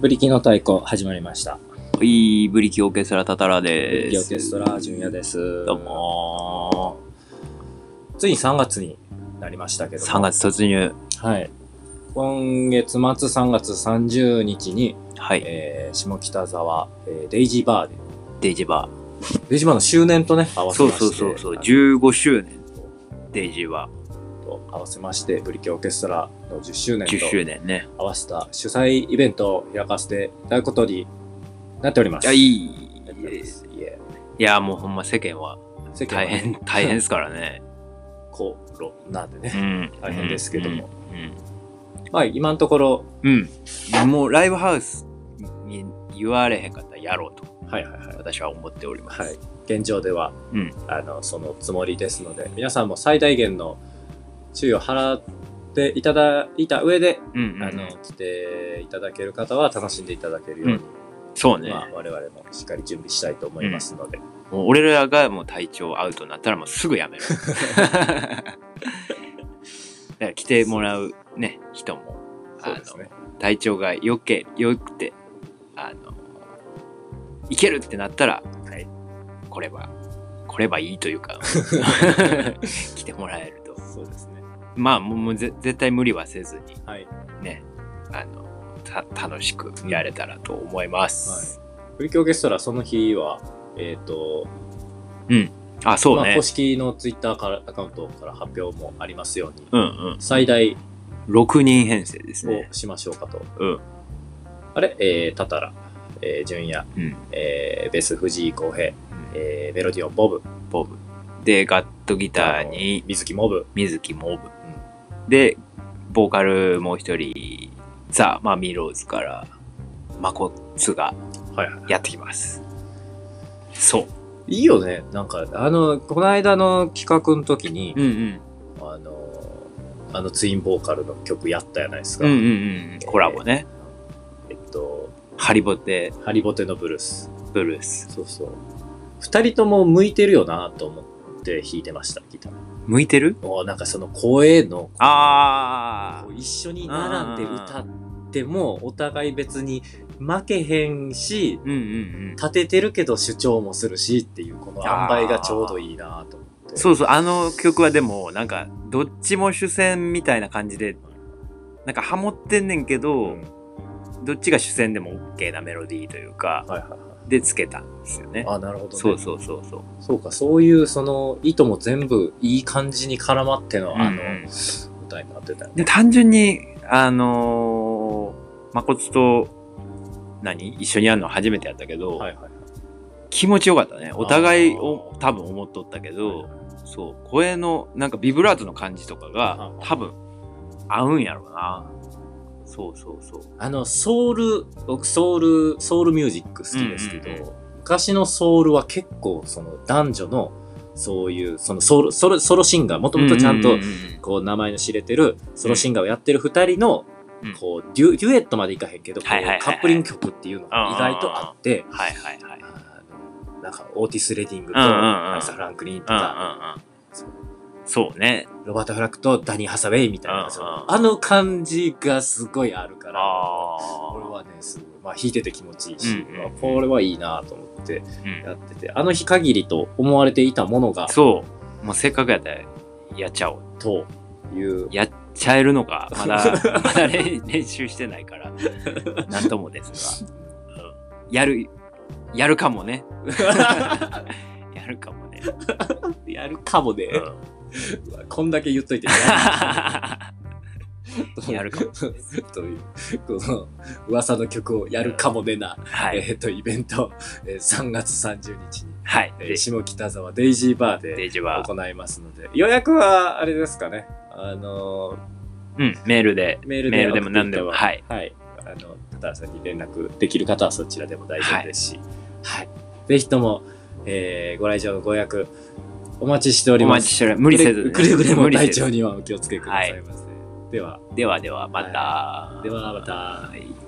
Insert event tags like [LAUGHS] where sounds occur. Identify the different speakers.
Speaker 1: ブリキの太鼓始まりました。
Speaker 2: いいブリキオーケストラタタラ
Speaker 1: ブリ
Speaker 2: で
Speaker 1: キオ
Speaker 2: す。
Speaker 1: ーケストラ純也です。
Speaker 2: どうも
Speaker 1: ついに3月になりましたけ
Speaker 2: ー。
Speaker 1: ど。
Speaker 2: 3。月突入。
Speaker 1: はい。今月末3月30日に、
Speaker 2: はい。
Speaker 1: えー、下北沢、えーデイジーバーで、
Speaker 2: デイジバ
Speaker 1: デイジーバーの周年とね、合
Speaker 2: ー。
Speaker 1: わせ
Speaker 2: そう
Speaker 1: まして。
Speaker 2: そうそうそう。
Speaker 1: あの
Speaker 2: 15周年。デイジーバ
Speaker 1: と合わせまして、ブリキオーケストラの10周
Speaker 2: ー。
Speaker 1: 年
Speaker 2: 10
Speaker 1: と
Speaker 2: 周年ね。
Speaker 1: 合わせた主催イベントを開かせていただくことになっておりま
Speaker 2: い
Speaker 1: す。
Speaker 2: や、いい
Speaker 1: ありがとうございます。いえ
Speaker 2: いや、もうほんま世間は
Speaker 1: 世間は [LAUGHS]
Speaker 2: 大変、大変ですからね。
Speaker 1: コロナでね
Speaker 2: う。ん。
Speaker 1: 大変ですけども
Speaker 2: うん。
Speaker 1: はい、今のところ、
Speaker 2: うん。うん。もうライブハウスに言われへんかったらやろうと
Speaker 1: はいはいはい。
Speaker 2: 私は思っております。
Speaker 1: はい、現状では、
Speaker 2: うん
Speaker 1: あのそのつもりですので、皆さんも最大限の注意を払っていただいた上で、
Speaker 2: うんうん、
Speaker 1: あの来ていただける方は楽しんでいただけるように、
Speaker 2: そうね。
Speaker 1: まあ、我々もしっかり準備したいと思いますので、
Speaker 2: もう俺らがもう体調アウトになったらもうす
Speaker 1: [LAUGHS]
Speaker 2: ぐやめる。だから来てもらうね、人も、
Speaker 1: そうですね。
Speaker 2: あの体調がよけ、よくて、あの、いけるってなったら、
Speaker 1: はい
Speaker 2: これば、こればいいとい
Speaker 1: [LAUGHS]
Speaker 2: うか、来てもらえると。
Speaker 1: そうですね。
Speaker 2: まあ、もうもうぜ絶対無理はせずに、
Speaker 1: はい。
Speaker 2: ね、あの、た楽しくやれたらと思います。
Speaker 1: ブリキオーケストラ、その日は、えっ、と、
Speaker 2: あ、そう
Speaker 1: まあ、
Speaker 2: ね
Speaker 1: 公。式のツイッターからアカウントから発表もありますように、
Speaker 2: うんうん。
Speaker 1: 最大
Speaker 2: 6人編成ですね
Speaker 1: を。しましょうかと。
Speaker 2: うん
Speaker 1: あれ、えー、タタラ、えー、純也、
Speaker 2: うん。
Speaker 1: えーベース藤井康平、えーメロディオンボブ、
Speaker 2: ボブ。で、ガットギターに
Speaker 1: 水木モブ、
Speaker 2: 水木モブ。で、ボーカルもう一人、ザ・まあ、ミローズから、マコツが
Speaker 1: はいは
Speaker 2: やってきます。そう。
Speaker 1: い。いいよね。なんか、あの、この間の企画の時に、
Speaker 2: うんうん。
Speaker 1: あの、あのツインボーカルの曲やったじゃないですか。
Speaker 2: うんうんうん。コラボね。
Speaker 1: えっと、
Speaker 2: ハリボテ・
Speaker 1: ハリボテのブルース。
Speaker 2: ブルース。
Speaker 1: そうそう。二人とも向いてるよなと思って弾いてました、ギター。
Speaker 2: 向いてる
Speaker 1: もうなんかその声の、
Speaker 2: あ
Speaker 1: こう一緒に並んで歌っても、お互い別に負けへんし、
Speaker 2: ー。うんうんうん。
Speaker 1: 立ててるけど主張もするしっていうこの塩梅がちょうどいいなと思って
Speaker 2: そうそう、あの曲はでも、なんか、どっちも主戦みたいな感じで、なんかハモってんねんけど、
Speaker 1: うん
Speaker 2: どっちが主戦でも OK なメロディーというか、
Speaker 1: はいはいはい
Speaker 2: でつけたんですよね。
Speaker 1: あなるほど、ね、
Speaker 2: そうそうそうそう。
Speaker 1: そうかそういうその意図も全部いい感じに絡まってのあの、
Speaker 2: うん
Speaker 1: 歌になってたよね
Speaker 2: で単純に、あのー、まこつと、何一緒にやるの初めてやったけど、
Speaker 1: はいはいはい
Speaker 2: 気持ちよかったね。お互いを
Speaker 1: あー
Speaker 2: 多分思っとったけど、そう、声の、なんかビブラートの感じとかが
Speaker 1: あー
Speaker 2: 多分合うんやろうな。そうそうそう。
Speaker 1: あのソウル僕ソウルソウルミュージック好きですけど、
Speaker 2: うんうん
Speaker 1: 昔のソウルは結構その男女のそういうそのソウルソロソロシンガーもともとちゃん
Speaker 2: う
Speaker 1: と
Speaker 2: ううん
Speaker 1: こう名前の知れてるソロシンガーをやってる2人の
Speaker 2: うん
Speaker 1: こうデュデュエットまでいかへんけど、こう
Speaker 2: はいはいはいはい
Speaker 1: カップリング曲っていうのが意外とあって、
Speaker 2: はいはいはい。
Speaker 1: あのなんかオーティス・レディングと
Speaker 2: うんうんうん
Speaker 1: アリサ・フランクリンと
Speaker 2: うん
Speaker 1: か、
Speaker 2: うんうん。そうね。
Speaker 1: ロバート・フラックとダニー・ハサウェイみたいな、
Speaker 2: うんうん
Speaker 1: そのあの感じがすごいあるから、
Speaker 2: あ
Speaker 1: これはね、すごい、まあ、弾いてて気持ちいいし、
Speaker 2: うんうんうん
Speaker 1: まあこれはいいなと思って
Speaker 2: あ、
Speaker 1: やってて、あの日限りと思われていたものが、
Speaker 2: そう。もうせっかくやったらやっちゃおう。
Speaker 1: という、
Speaker 2: やっちゃえるのか。まだ、まだ練練習してないから。なんともですが。うんやる、やるかもね。やるかもね。
Speaker 1: やるかもね、
Speaker 2: うん
Speaker 1: こんだけ言っといて、
Speaker 2: やるかも。
Speaker 1: [LAUGHS] という、この噂の曲をやるかもねな、
Speaker 2: はい。
Speaker 1: えっと、イベント、えー3月30日に、
Speaker 2: はい。
Speaker 1: えー下北沢デイジーバー
Speaker 2: デ
Speaker 1: で
Speaker 2: ージは、
Speaker 1: 行いますので、予約はあれですかね、あの
Speaker 2: うん、メールで、
Speaker 1: ーメールで
Speaker 2: メールでも何でも、
Speaker 1: 送っ
Speaker 2: はい。
Speaker 1: てはい、あの、たださんに連絡できる方はそちらでも大丈夫ですし、はい。ぜひとも、えーご来場のご予約、お待ちしており
Speaker 2: お
Speaker 1: ま
Speaker 2: 待ち
Speaker 1: す。
Speaker 2: してる。無理せずね。
Speaker 1: くれぐれも
Speaker 2: 無理せ
Speaker 1: 体
Speaker 2: ず
Speaker 1: 調にはお気をつけくださいませ。では、
Speaker 2: ではではまた。
Speaker 1: ではまた。
Speaker 2: はい